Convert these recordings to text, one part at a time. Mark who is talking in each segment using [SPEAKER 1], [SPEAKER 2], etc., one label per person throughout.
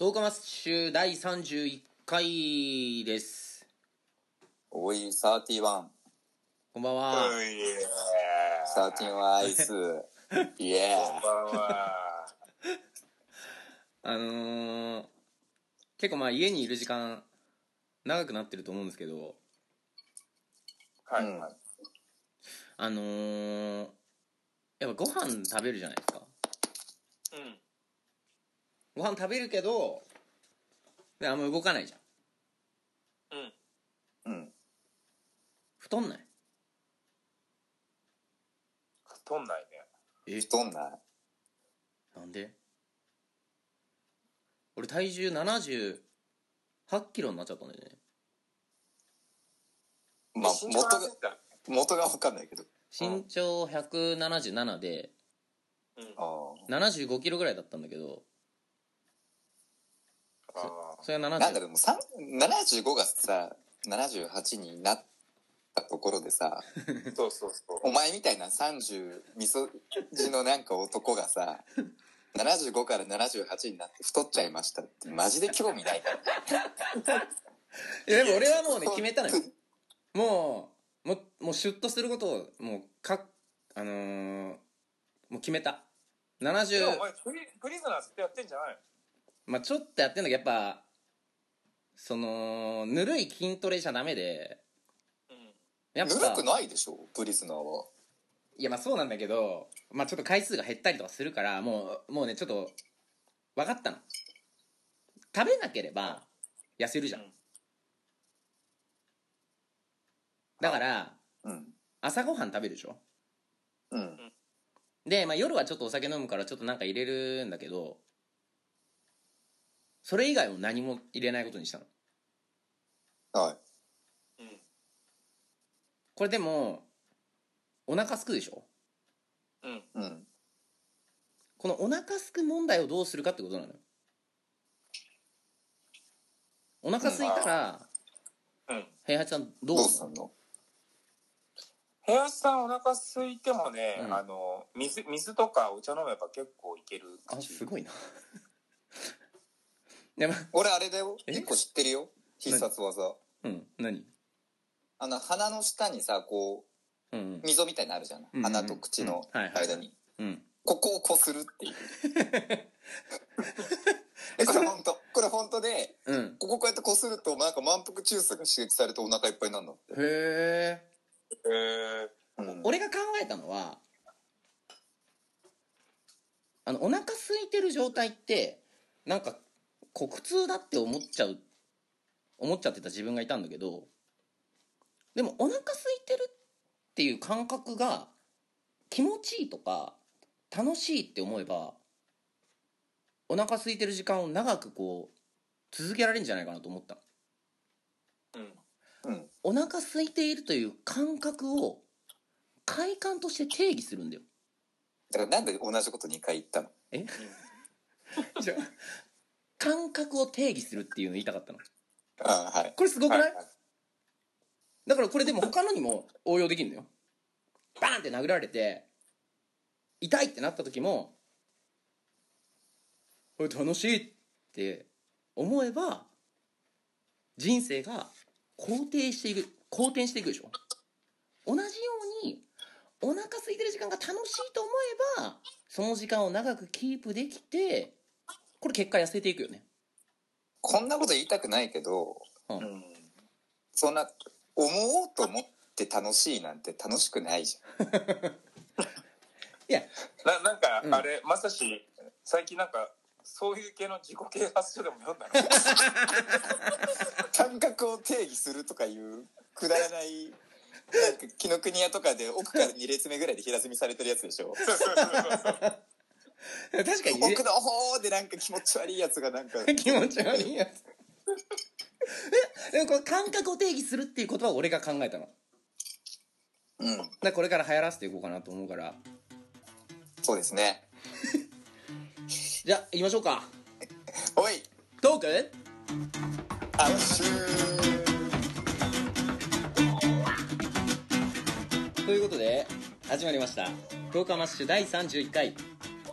[SPEAKER 1] 10日マッシュ第31回です。
[SPEAKER 2] おい、サーティワン。
[SPEAKER 1] こんばん
[SPEAKER 3] う
[SPEAKER 1] は。
[SPEAKER 3] んいえ
[SPEAKER 2] サーティワンアイス。 イエ
[SPEAKER 3] こんばんは。
[SPEAKER 1] あのー、結構まあ家にいる時間長くなってると思うんですけど、
[SPEAKER 3] はい、
[SPEAKER 2] うん
[SPEAKER 3] はい。
[SPEAKER 1] あのー、やっぱご飯食べるじゃないですか。
[SPEAKER 3] うん。
[SPEAKER 1] ご飯食べるけど、であんま動かないじゃん。
[SPEAKER 3] うん。
[SPEAKER 2] ー。うん。
[SPEAKER 1] 太んない
[SPEAKER 3] 太んないね。
[SPEAKER 1] え
[SPEAKER 2] 太んない。
[SPEAKER 1] なんで俺体重78キロになっちゃったんだよね。
[SPEAKER 2] まあ、
[SPEAKER 3] 身長
[SPEAKER 2] 元
[SPEAKER 3] 合
[SPEAKER 2] が
[SPEAKER 3] わせ、たら
[SPEAKER 2] 元がわかんないけど。
[SPEAKER 1] 身長177で、
[SPEAKER 3] うん。あ
[SPEAKER 2] あ
[SPEAKER 1] 75キロぐらいだったんだけど、
[SPEAKER 3] あ
[SPEAKER 1] それが
[SPEAKER 2] あ。
[SPEAKER 1] 70
[SPEAKER 2] なんだろう、もうさん75がさ、78になったところでさ、
[SPEAKER 3] ー。そうそうそう。
[SPEAKER 2] お前みたいな30、みそじのなんか男がさ、75から78になって太っちゃいましたって、マジで興味ないから。
[SPEAKER 1] い やでも俺はもうね決めたのよもうもうもうシュッとすることをもうかあのー、もう決めた
[SPEAKER 3] でも
[SPEAKER 1] 70
[SPEAKER 3] お前プリ、プリズナーずっとやってんじゃない
[SPEAKER 1] まあちょっとやってんだけどやっぱそのぬるい筋トレじゃダメで
[SPEAKER 3] の
[SPEAKER 1] やっ
[SPEAKER 2] ぬ
[SPEAKER 1] ぱ
[SPEAKER 2] るくないでしょ、プリズナーは。
[SPEAKER 1] いやまあそうなんだけどまあちょっと回数が減ったりとかするからもうもうねちょっと分かったの食べなければ痩せるじゃん、
[SPEAKER 3] うん
[SPEAKER 1] だから
[SPEAKER 2] うん。
[SPEAKER 1] 朝ごはん食べるでしょ
[SPEAKER 2] うん。
[SPEAKER 1] で、まあ、夜はちょっとお酒飲むからちょっとなんか入れるんだけどそれ以外も何も入れないことにしたの
[SPEAKER 2] はい。
[SPEAKER 3] うん。うん。
[SPEAKER 1] これでもお腹すくでしょ
[SPEAKER 3] うん。
[SPEAKER 2] うん。
[SPEAKER 1] このお腹すく問題をどうするかってことなのよお腹すいたら
[SPEAKER 3] うん。
[SPEAKER 1] 平八ちゃんどう
[SPEAKER 2] どう
[SPEAKER 1] す
[SPEAKER 2] す
[SPEAKER 1] んの
[SPEAKER 2] んの
[SPEAKER 3] 平安さんお腹空いてもね、
[SPEAKER 1] うん
[SPEAKER 3] あの、水、水とかお茶飲めば結構いける
[SPEAKER 1] あす
[SPEAKER 3] 口。
[SPEAKER 1] ごいな でも
[SPEAKER 2] 俺あれだよ
[SPEAKER 1] え
[SPEAKER 2] 一個知ってるよ必殺技
[SPEAKER 1] うん何
[SPEAKER 2] あの鼻の下にさこ
[SPEAKER 1] うんうん
[SPEAKER 2] う溝みたいなのあるじゃ
[SPEAKER 1] うん
[SPEAKER 2] ん鼻と口の
[SPEAKER 1] うんはいはい
[SPEAKER 2] 間に
[SPEAKER 1] うん
[SPEAKER 2] ここをこするっていう えこれ本当これ本当で
[SPEAKER 1] うん
[SPEAKER 2] こここうやってこするとなんか満腹中枢が刺激されてお腹いっぱいになるの、
[SPEAKER 1] へえ
[SPEAKER 3] え
[SPEAKER 2] う
[SPEAKER 3] ー、
[SPEAKER 2] ん
[SPEAKER 1] 俺が考えたのはあのお腹空いてる状態ってなんかこう苦痛だって思っちゃう思っちゃってた自分がいたんだけどでもお腹空いてるっていう感覚が気持ちいいとか楽しいって思えばお腹空いてる時間を長くこう続けられるんじゃないかなと思った
[SPEAKER 3] う
[SPEAKER 2] う
[SPEAKER 3] ん。
[SPEAKER 2] ん
[SPEAKER 1] お腹空いているという感覚を快感として定義するんだよ
[SPEAKER 2] だからなんで同じこと2回言ったの
[SPEAKER 1] じゃあ感覚を定義するっていうのを言いたかったの
[SPEAKER 2] あーはい
[SPEAKER 1] これすごくない、
[SPEAKER 3] はい
[SPEAKER 1] だからこれでも他のにも応用できるのよバーンって殴られて痛いってなった時もこれ楽しいって思えば人生が肯定していく好転していくでしょ同じようにお腹空いてる時間が楽しいと思えばその時間を長くキープできてこれ結果痩せていくよ ね
[SPEAKER 2] こんなこと言いたくないけど
[SPEAKER 3] うん。
[SPEAKER 2] そんな思おうと思って楽しいなんて楽しくないじ
[SPEAKER 3] ななんか、
[SPEAKER 1] うん
[SPEAKER 3] あれまさし最近なんかそういう系の自己啓発書でも読んだの
[SPEAKER 2] ゃん感覚を定義するとかいうくだらないなんか紀ノ国屋とかで奥から2列目ぐらいで平積みされてるやつでしょ
[SPEAKER 3] そうそうそうそう
[SPEAKER 1] 確かに
[SPEAKER 2] 奥の方でなんか気持ち悪いやつがなんか
[SPEAKER 1] 気持ち悪いやつえでもこの感覚を定義するっていうことは俺が考えたのだか
[SPEAKER 2] うん
[SPEAKER 1] らこれから流行らせていこうかなと思うから
[SPEAKER 2] そうですね
[SPEAKER 1] じゃあ行きましょうか
[SPEAKER 2] おい
[SPEAKER 1] トーク
[SPEAKER 2] あのシュ
[SPEAKER 1] ということで始まりました「トークマッシュ第31回」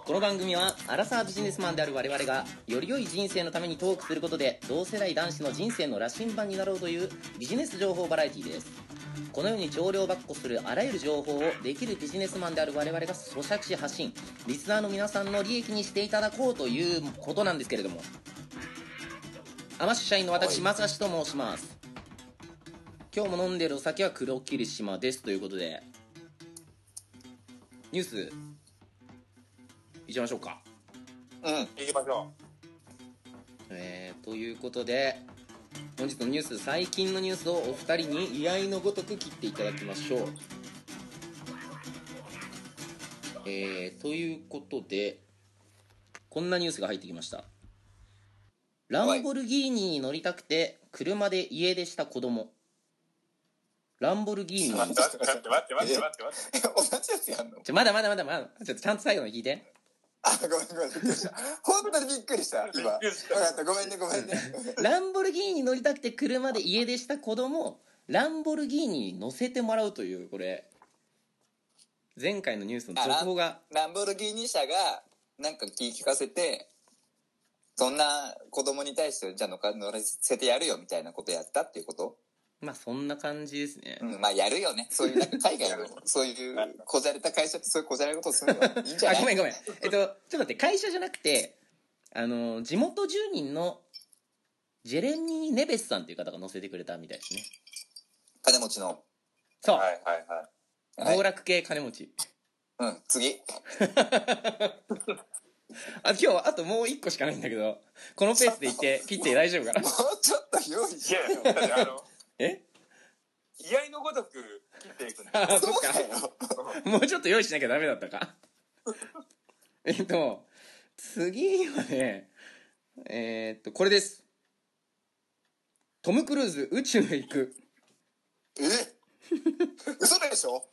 [SPEAKER 1] この番組はアラサービジネスマンである我々がより良い人生のためにトークすることで同世代男子の人生の羅針盤になろうというビジネス情報バラエティですこのように調量ばっこするあらゆる情報をできるビジネスマンである我々が咀嚼し発信リスナーの皆さんの利益にしていただこうということなんですけれども天主社員の私
[SPEAKER 2] は
[SPEAKER 1] 正志と申します今日も飲んでるお酒は黒霧島ですということでニュースいっちゃいましょうか
[SPEAKER 2] うん
[SPEAKER 3] 行きましょ
[SPEAKER 1] えー、ということで本日のニュース最近のニュースをお二人に居合のごとく切っていただきましょうえー、ということでこんなニュースが入ってきましたランボルギーニに乗りたくて車で家出した子供ランボルギーニ
[SPEAKER 3] う
[SPEAKER 1] に
[SPEAKER 3] 待って待って待って待って待って待って待って
[SPEAKER 2] え同じやつやんの
[SPEAKER 1] ちょまだまだまだまだちょっとちゃんと最後の聞いて
[SPEAKER 2] あごめんごめんびっくりした本当にびっくりした今
[SPEAKER 3] びっ
[SPEAKER 2] わ
[SPEAKER 3] く
[SPEAKER 2] か
[SPEAKER 3] りした
[SPEAKER 2] ったごめんねごめんね
[SPEAKER 1] ランボルギーニに乗りたくて車で家出した子供をランボルギーニに乗せてもらうというこれ前回のニュースの続報が
[SPEAKER 2] ランボルギーニ社がなんか気聞かせてそんな子供に対してじゃあ乗か乗らせてやるよみたいなことやったっていうこと
[SPEAKER 1] まあそんな感じですね、
[SPEAKER 2] うんまあやるよねそういうなんか海外のそういうこじゃれた会社ってそういうこじゃれたことするのいいんじゃ
[SPEAKER 1] あ
[SPEAKER 2] ない
[SPEAKER 1] ごめんごめんえっとちょっと待って会社じゃなくてあの地元住人のジェレニー・ネベスさんっていう方が乗せてくれたみたいですね
[SPEAKER 2] 金持ちの、
[SPEAKER 1] そう、
[SPEAKER 3] はいはいはい
[SPEAKER 2] はい
[SPEAKER 1] 暴落系金持ち
[SPEAKER 2] うん次
[SPEAKER 1] あ今日はあともう一個しかないんだけどこのペースでいって切って大丈夫かな
[SPEAKER 2] もうちょっと用意
[SPEAKER 3] い
[SPEAKER 2] し
[SPEAKER 3] やいやだってあの
[SPEAKER 1] え
[SPEAKER 3] 居合のごとく切っていくんで
[SPEAKER 1] あそっ
[SPEAKER 2] そう
[SPEAKER 1] か
[SPEAKER 2] だよ
[SPEAKER 1] もうちょっと用意しなきゃダメだったか えっと次はねえーっとこれですトム・クルーズ宇宙へ行く
[SPEAKER 2] え嘘でしょ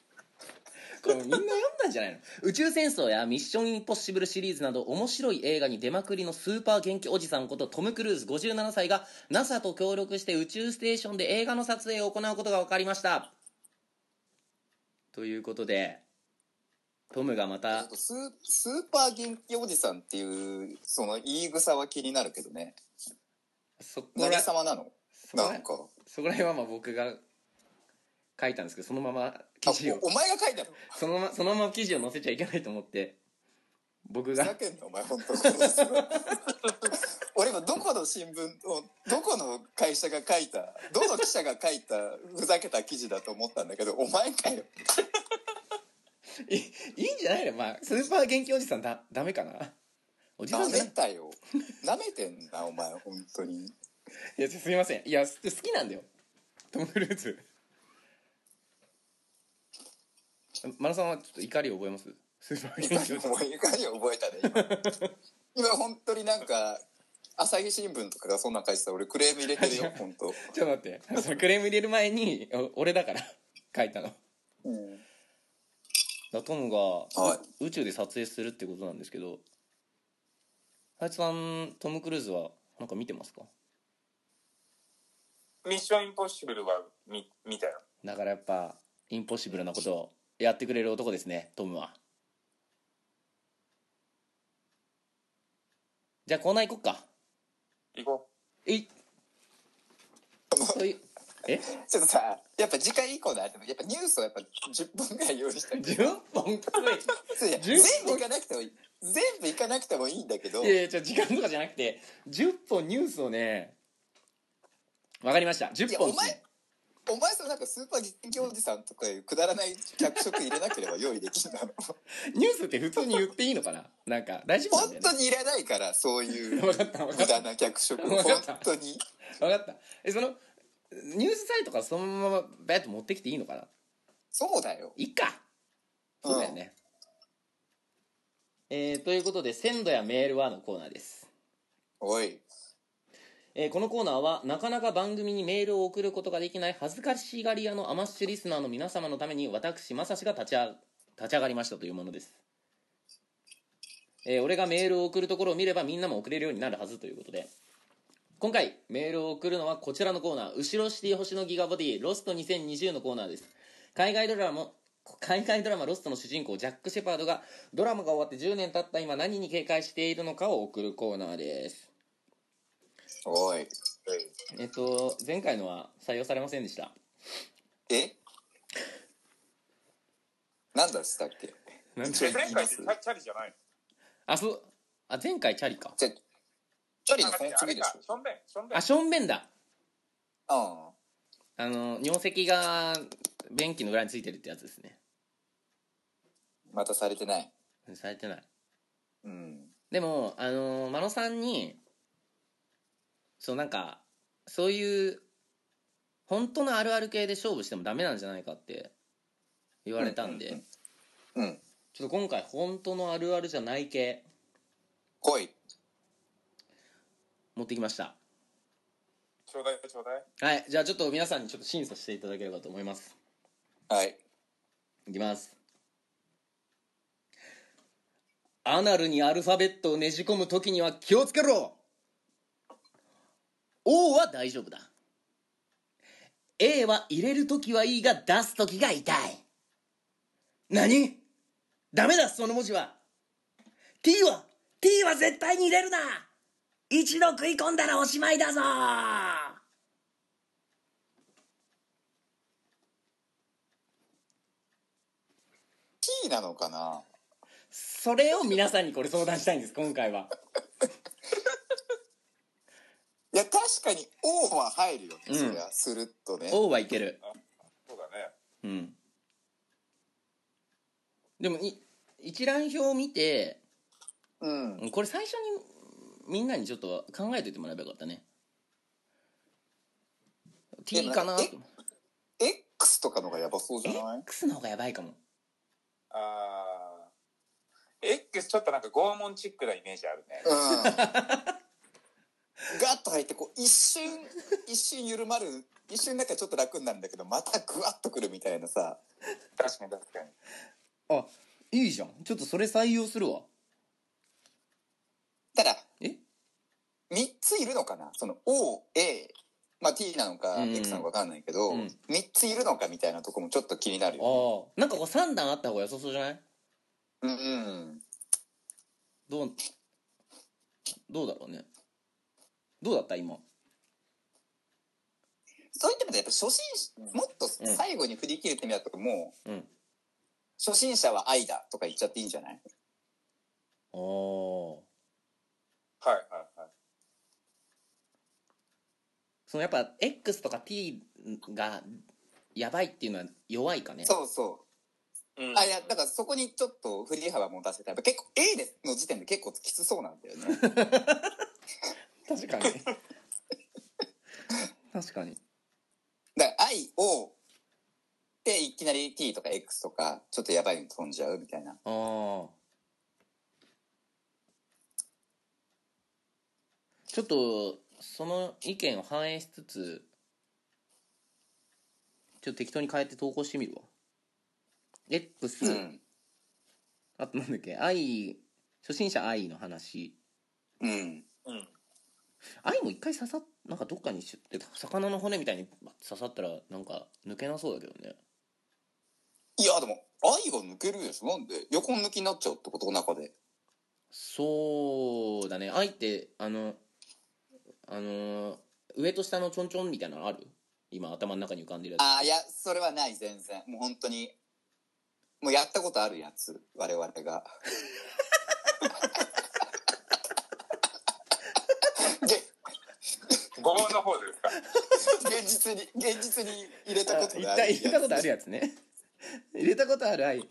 [SPEAKER 1] これみんな読んだんじゃないの宇宙戦争やミッション・インポッシブルシリーズなど面白い映画に出まくりのスーパー元気おじさんことトム・クルーズ57歳が NASA と協力して宇宙ステーションで映画の撮影を行うことが分かりましたということでトムがまた
[SPEAKER 2] スースーパー元気おじさんっていうその言い草は気になるけどね
[SPEAKER 1] そこら
[SPEAKER 2] 何様なの
[SPEAKER 1] そこら
[SPEAKER 2] なんか
[SPEAKER 1] そこら辺はまあ僕が書いたんですけどそのまま
[SPEAKER 2] あ
[SPEAKER 1] 記事を
[SPEAKER 2] おお前が書いたの
[SPEAKER 1] そのままそのまま記事を載せちゃいけないと思って僕
[SPEAKER 2] ふ
[SPEAKER 1] が
[SPEAKER 2] ざけんなお前本当俺今どこの新聞をどこの会社が書いたどの記者が書いたふざけた記事だと思ったんだけどお前かよ
[SPEAKER 1] いいいんじゃないのまあスーパー元気おじさんだダメかなおじさ
[SPEAKER 2] なん
[SPEAKER 1] じゃな
[SPEAKER 2] め
[SPEAKER 1] い
[SPEAKER 2] たよなめてんなお前本 当に
[SPEAKER 1] いやすみませんいやす好きなんだよトム・クルーズマラさんはちょっと怒りを覚えますスーパー 元
[SPEAKER 2] 怒
[SPEAKER 1] 気
[SPEAKER 2] り
[SPEAKER 1] お
[SPEAKER 2] を
[SPEAKER 1] じさん
[SPEAKER 2] 覚え怒りを覚えたね今今本当になんか朝日新聞とかがそんなん書いてたら俺クレーム入れて るよ本当
[SPEAKER 1] ちょっと待ってそのクレーム入れる前にお俺だから書いたの
[SPEAKER 2] うん
[SPEAKER 1] だトムが、
[SPEAKER 2] は
[SPEAKER 1] う宇宙で撮影するってことなんですけど林さんトム・クルーズはなんか見てますか
[SPEAKER 3] ミッションインポッシブルは見見たよ
[SPEAKER 1] だからやっぱインポッシブルなことをやってくれる男ですねトムはじゃあコーナー行こっか
[SPEAKER 3] 行こ
[SPEAKER 1] えいというえ
[SPEAKER 2] ちょっとさやっぱ次回以降のあてもやっぱニュースをやっぱ10分ぐらい用意し たい
[SPEAKER 1] 10本くらい
[SPEAKER 2] いや
[SPEAKER 1] 10
[SPEAKER 2] 全部いかなくてもいい全部いかなくてもいいんだけど
[SPEAKER 1] いやいやちょ時間とかじゃなくて10本ニュースをねわかりました
[SPEAKER 2] い
[SPEAKER 1] 10
[SPEAKER 2] や
[SPEAKER 1] 本
[SPEAKER 2] お
[SPEAKER 1] ですね
[SPEAKER 2] 前お前そのなんかスーパー実況おじさんとかいうくだらない脚色入れなければ用意できるな の
[SPEAKER 1] ニュースって普通に言っていいのかななんか大丈夫なんだよ
[SPEAKER 2] 本当
[SPEAKER 1] ね
[SPEAKER 2] にいらないからそう いう
[SPEAKER 1] 分かった分か
[SPEAKER 2] 無
[SPEAKER 1] った
[SPEAKER 2] 駄な脚色
[SPEAKER 1] わ
[SPEAKER 2] 本
[SPEAKER 1] かった
[SPEAKER 2] 当に
[SPEAKER 1] 分かったえそのニュースサイトからそのままバッと持ってきていいのかな
[SPEAKER 2] そうだよ
[SPEAKER 1] いっかそうだよね、えーということで「鮮度やメールは」のコーナーです、
[SPEAKER 2] おい
[SPEAKER 1] えーこのコーナーはなかなか番組にメールを送ることができない恥ずかしがり屋のアマッシュリスナーの皆様のために私まさしが立ちあ立ち上がりましたというものですえー俺がメールを送るところを見ればみんなも送れるようになるはずということで今回メールを送るのはこちらのコーナー「後ろシティ星のギガボディロスト2020」のコーナーです海外ドラマも海外ドラマ「ロスト」の主人公ジャック・シェパードがドラマが終わって10年経った今何に警戒しているのかを送るコーナーです
[SPEAKER 2] おい。
[SPEAKER 1] えっと前回のは採用されませんでした
[SPEAKER 2] えなんだっつったっけ
[SPEAKER 1] なん
[SPEAKER 2] 一応
[SPEAKER 3] 前
[SPEAKER 2] 言い
[SPEAKER 3] 回
[SPEAKER 2] ま
[SPEAKER 3] って
[SPEAKER 2] す
[SPEAKER 3] チャチャリじゃない
[SPEAKER 1] あそうあ前回チャリか
[SPEAKER 2] じゃ、チャリ
[SPEAKER 3] の
[SPEAKER 2] のその次でし
[SPEAKER 3] ションベンションベン
[SPEAKER 1] あションベンだ
[SPEAKER 2] ょ。
[SPEAKER 1] あの尿石が便器の裏についてるってやつですね
[SPEAKER 2] うん。またされてない。
[SPEAKER 1] されてない
[SPEAKER 2] うん。
[SPEAKER 1] でもあの真野さんにそうなんかそういう本当のあるある系で勝負してもダメなんじゃないかって言われたんで、
[SPEAKER 2] うんうんうん。
[SPEAKER 1] ちょっと今回本当のあるあるじゃない系
[SPEAKER 2] 来い。
[SPEAKER 1] 持ってきました
[SPEAKER 3] ちょうだいちょうだい
[SPEAKER 1] はいじゃあちょっと皆さんにちょっと審査していただければと思います
[SPEAKER 2] はい。
[SPEAKER 1] いきますアナルにアルファベットをねじ込む時には気をつけろ O は大丈夫だ A は入れる時はいいが出す時が痛い何ダメだその文字は T は T は絶対に入れるな一度食い込んだらおしまいだぞ
[SPEAKER 2] キーなのかな
[SPEAKER 1] それを皆さんにこれ相談したいんです今回 はい
[SPEAKER 2] や、確かに O は入るよね。
[SPEAKER 1] うん
[SPEAKER 2] そりゃ、スルッとね。
[SPEAKER 1] O はいける
[SPEAKER 3] そうだね
[SPEAKER 1] うんでもい一覧表を見て
[SPEAKER 2] うん。
[SPEAKER 1] これ最初にみんなにちょっと考えておいてもらえばよかったね T かなと
[SPEAKER 2] でも X とかのがやばそうじゃない
[SPEAKER 1] X の方がやばいかも
[SPEAKER 3] あー X ちょっとなんか拷問チックなイメージあるね
[SPEAKER 2] うん。ガッと入って、こう、一瞬、一瞬緩まる。一瞬なんかちょっと楽になるんだけど、またグワッとくるみたいなさ。
[SPEAKER 3] 確かに確かに
[SPEAKER 1] あいいじゃんちょっとそれ採用するわ
[SPEAKER 2] ただ、
[SPEAKER 1] え
[SPEAKER 2] 3ついるのかなその O、A、まあ、T なのか
[SPEAKER 1] うん
[SPEAKER 2] X なのか分かんないけど、
[SPEAKER 1] う
[SPEAKER 2] 三
[SPEAKER 1] ん
[SPEAKER 2] 3ついるのかみたいなとこもちょっと気になる
[SPEAKER 1] あ
[SPEAKER 2] よ、
[SPEAKER 1] あなんかこう3段あった方が良さそうじゃない
[SPEAKER 2] ね。うん
[SPEAKER 1] どうどうだろうねどうだった今
[SPEAKER 2] そういった意味でやっぱ初心者、もっと
[SPEAKER 1] うん
[SPEAKER 2] 最後に振り切るって意味だともう、
[SPEAKER 1] うん
[SPEAKER 2] 初心者は愛だとか言っちゃっていいんじゃない
[SPEAKER 1] ああ
[SPEAKER 3] はいはいはい
[SPEAKER 1] そのやっぱ X とか T がやばいっていうのは弱いかね
[SPEAKER 2] そうそう。
[SPEAKER 3] う ん
[SPEAKER 2] あ、いや、だからそこにちょっと振り幅持たせて、やっぱ結構 A での時点で結構きつそうなんだよね。
[SPEAKER 1] 確かに確かに
[SPEAKER 2] だから愛を、で、いきなり T とか X とか、ちょっとやばいの飛んじゃうみたいな。
[SPEAKER 1] ああちょっとその意見を反映しつつちょっと適当に変えて投稿してみるわ X、
[SPEAKER 2] うん。
[SPEAKER 1] あとなんだっけ愛初心者愛の話
[SPEAKER 2] うん。
[SPEAKER 3] うん
[SPEAKER 1] 愛も一回刺さっなんかどっかにしゅって魚の骨みたいにバッて刺さったらなんか抜けなそうだけどね
[SPEAKER 2] いや、でも、愛が抜けるでしょなんで横抜きになっちゃうってことの中で。
[SPEAKER 1] そうだね愛ってあのあのー上と下のちょんちょんみたいなのある今頭の中に浮かんでるやつ
[SPEAKER 2] ああ、いや、それはない、全然。もう本当に。もうやったことあるやつ、我々 が。で、
[SPEAKER 3] 拷問の方ですか
[SPEAKER 2] 現実に、現実に入れた
[SPEAKER 1] あ
[SPEAKER 2] こと
[SPEAKER 1] 入
[SPEAKER 2] があ
[SPEAKER 1] れ
[SPEAKER 2] る
[SPEAKER 1] た
[SPEAKER 2] やつ。
[SPEAKER 1] 入れたことあるやつね 入れたことある愛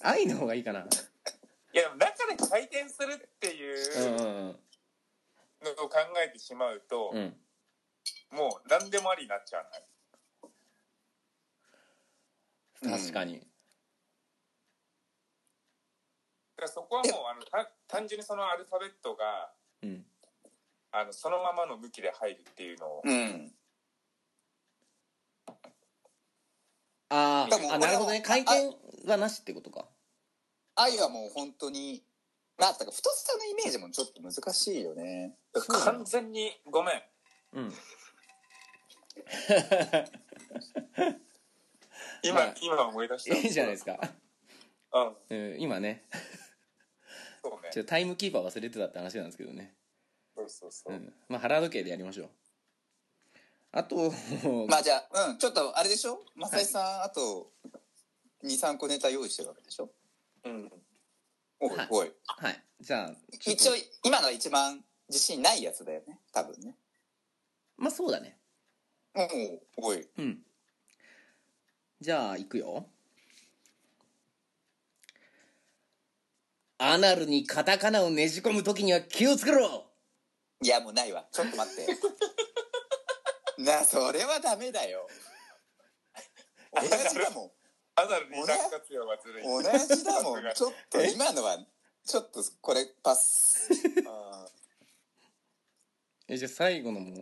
[SPEAKER 1] 愛の方がいいかない
[SPEAKER 3] やでも中で回転するっていう
[SPEAKER 1] うんう
[SPEAKER 3] うんのを考えてしまうと、
[SPEAKER 1] うんうん
[SPEAKER 3] もう何でもありになっちゃう
[SPEAKER 2] うん
[SPEAKER 1] 確かに
[SPEAKER 3] だからそこはもうあのた単純にそのアルファベットが
[SPEAKER 1] うん
[SPEAKER 3] あのそのままの向きで入るっていうのを、
[SPEAKER 2] うん。
[SPEAKER 1] あ
[SPEAKER 2] でも
[SPEAKER 1] ーあなるほどね回転はなしってことか
[SPEAKER 2] 愛はもう本当に、まあ、だから太さのイメージもちょっと難しいよね。
[SPEAKER 1] そうなの
[SPEAKER 3] 完全にごめん
[SPEAKER 1] うん
[SPEAKER 3] 今、
[SPEAKER 1] はい
[SPEAKER 3] 今思い出した。
[SPEAKER 1] いいじゃないですすか、
[SPEAKER 3] か。うん、
[SPEAKER 1] うん、今ね
[SPEAKER 3] そうね
[SPEAKER 1] ち。ょっとタイムキーパー忘れてたって話なんですけどね、
[SPEAKER 3] そうそうそうう。
[SPEAKER 1] ん、まあ腹時計でやりましょうあと
[SPEAKER 2] まあじゃあ、うん、ちょっとあれでしょ正井さん、あと、2、3個ネタ用意してるわけでしょ
[SPEAKER 3] うん。
[SPEAKER 2] おい
[SPEAKER 1] はい
[SPEAKER 2] おい。
[SPEAKER 1] はいじゃあちょっと
[SPEAKER 2] 一応、今のは一番自信ないやつだよね。多分ね。
[SPEAKER 1] まあそうだね
[SPEAKER 2] おおい。
[SPEAKER 1] うんじゃあ行くよアナルにカタカナをねじ込む時には気をつけろ
[SPEAKER 2] いや、もうないわ。ちょっと 待って。なあ、それはダメだよ。同じだもん。
[SPEAKER 3] アナルに落活用はずるい。
[SPEAKER 2] 同じだもん。ちょっと、今のは、ちょっと、これ、パ ス。
[SPEAKER 1] えじゃあ最後のも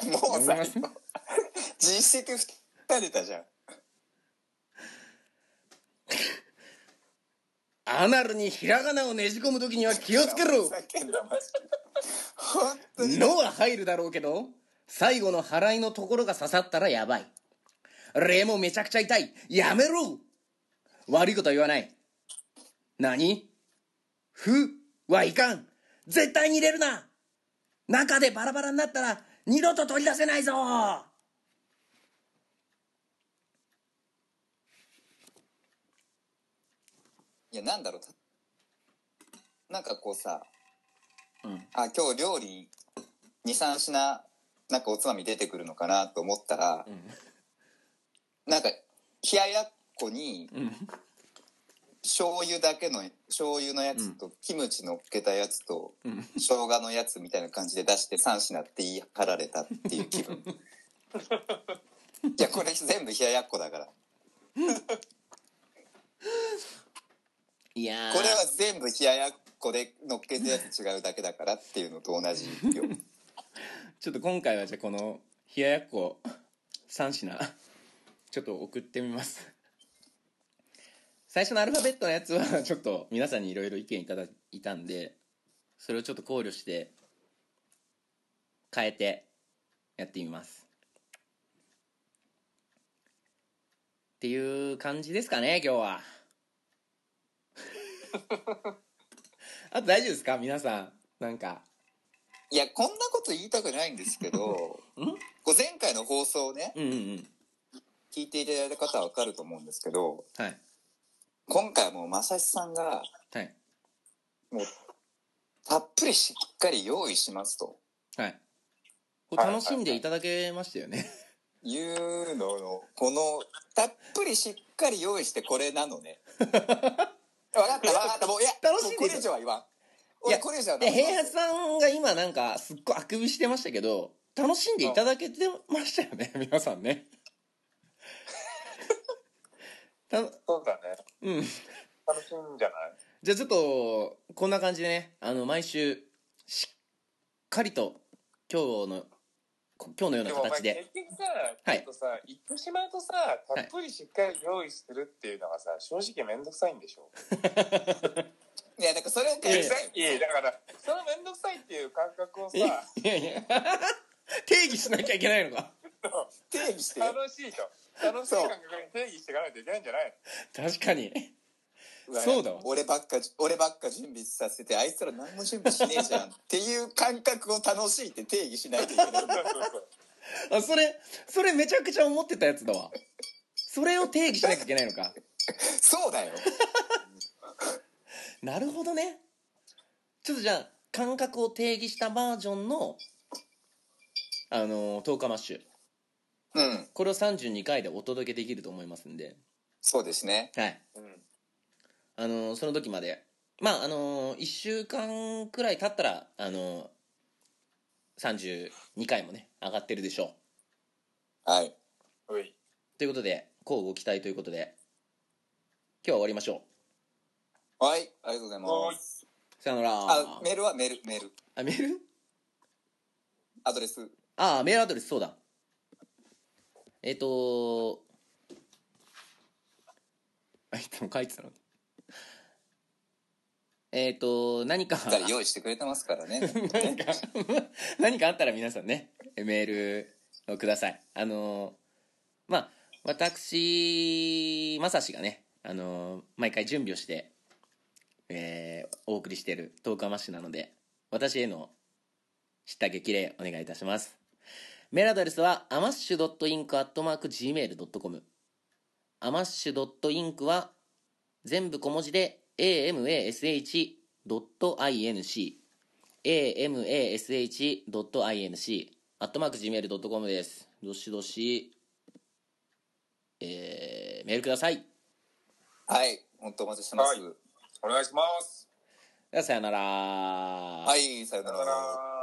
[SPEAKER 2] もうさ
[SPEAKER 1] やめます、
[SPEAKER 2] 実績二出たじゃん。
[SPEAKER 1] アナルにひらがなをねじ込む時には気をつけろ
[SPEAKER 2] ふざけんな、マジで。ほんとに。
[SPEAKER 1] のは入るだろうけど最後の払いのところが刺さったらやばい礼もめちゃくちゃ痛いやめろ悪いことは言わない何ふはいかん絶対に入れるな中でバラバラになったら二度と取り出せないぞ
[SPEAKER 2] いや、なんだろう。なんかこうさ、
[SPEAKER 1] うん
[SPEAKER 2] あ、今日料理、二三品、なんかおつまみ出てくるのかなと思ったら、なんか、冷ややっこに、
[SPEAKER 1] うん
[SPEAKER 2] 醤油だけの、醤油のやつと、キムチのっけたやつと、
[SPEAKER 1] うん
[SPEAKER 2] 生姜のやつみたいな感じで出して3品って言い張られたっていう気分 いやこれ全部冷ややっこだから
[SPEAKER 1] いやー
[SPEAKER 2] これは全部冷ややっこで乗っけたやつ違うだけだからっていうのと同じ よ
[SPEAKER 1] ちょっと今回はじゃあこの冷ややっこ3品ちょっと送ってみます最初のアルファベットのやつはちょっと皆さんにいろいろ意見いただいたんでそれをちょっと考慮して変えてやってみますっていう感じですかね今日はあと大丈夫ですか皆さんなんか
[SPEAKER 2] いやこんなこと言いたくないんですけど
[SPEAKER 1] ん
[SPEAKER 2] こう前回の放送をね
[SPEAKER 1] うんうんうん
[SPEAKER 2] 聞いていただいた方は分かると思うんですけど
[SPEAKER 1] はい
[SPEAKER 2] 今回はもう正志さんが
[SPEAKER 1] はい
[SPEAKER 2] たっぷりしっかり用意しますと
[SPEAKER 1] はい。こう楽しんでいただけましたよね。
[SPEAKER 2] いうののこのたっぷりしっかり用意してこれなの ね分かった分かったもういや
[SPEAKER 1] 楽しんで
[SPEAKER 2] もうこれ以上は言わん
[SPEAKER 1] いや
[SPEAKER 2] 俺これ以上は
[SPEAKER 1] で、
[SPEAKER 2] 何も言わん
[SPEAKER 1] 平八さんが今なんかすっごいあくびしてましたけど、楽しんでいただけてましたよね、皆さんね。 た
[SPEAKER 3] そうだね。
[SPEAKER 1] うん。
[SPEAKER 3] 楽しいんじゃない
[SPEAKER 1] じゃあちょっと、こんな感じでね、あの、毎週、しっかりと、今日の、こ今日のような
[SPEAKER 3] でもお前
[SPEAKER 1] 形で。
[SPEAKER 3] 結局さ、
[SPEAKER 1] はい
[SPEAKER 3] ちょっとさ、言ってしまうとさ、たっぷりしっかり用意するっていうのがさ、正直めんどくさいんでしょ。
[SPEAKER 2] いやだからそれを
[SPEAKER 1] やいや
[SPEAKER 3] めんどくさいいやいやだから、そのめんどくさいっていう感覚をさ、
[SPEAKER 1] えい やいや、定義しなきゃいけないのか。
[SPEAKER 2] 定義してよ
[SPEAKER 3] 楽しいと。楽しい感覚に定義していかないといけないんじゃない
[SPEAKER 1] 確かに。そうだわ
[SPEAKER 2] 俺ばっか俺ばっか準備させてあいつら何も準備しねえじゃんっていう感覚を楽しいって定義しないと いけない
[SPEAKER 3] のそうそうそう。
[SPEAKER 1] あ、それ、それめちゃくちゃ思ってたやつだわ。それを定義しなきゃいけないのか。
[SPEAKER 2] そうだよ
[SPEAKER 1] なるほどねちょっとじゃあ感覚を定義したバージョンのあのー、10日マッシュ
[SPEAKER 2] うん
[SPEAKER 1] これを32回でお届けできると思いますんで
[SPEAKER 2] そうですね
[SPEAKER 1] はい
[SPEAKER 3] うん
[SPEAKER 1] あのー、その時までまああのー、1週間くらい経ったらあのー、32回もね上がってるでしょう
[SPEAKER 2] はい
[SPEAKER 3] おい。
[SPEAKER 1] ということでこうご期待ということで今日は終わりましょ
[SPEAKER 2] はいありがとうござい
[SPEAKER 3] お
[SPEAKER 2] ま
[SPEAKER 3] い
[SPEAKER 2] す
[SPEAKER 1] うさよなら
[SPEAKER 2] あメールはメールメール
[SPEAKER 1] あメール
[SPEAKER 2] アドレス
[SPEAKER 1] ああメールアドレスそうだえっ、とあいつも書いてたのえっ、と何か
[SPEAKER 2] しっかり用意してくれてますか らね
[SPEAKER 1] 何か 何かあったら皆さんねメールをくださいあのーまあ私まさしがね、あのー毎回準備をして、えーお送りしているトークアマッシュなので私への知った激励お願いいたしますメールアドレスはアマッシュ .inc.gmail.com アマッシュ .inc は全部小文字で amash.inc amash.inc アットマーク gmail.com ですどしどしえーメールください
[SPEAKER 2] はい本当お待ちしてます
[SPEAKER 3] お願いします。
[SPEAKER 1] ではさよなら
[SPEAKER 2] はい、さよな
[SPEAKER 3] さよな
[SPEAKER 2] ら
[SPEAKER 3] ら。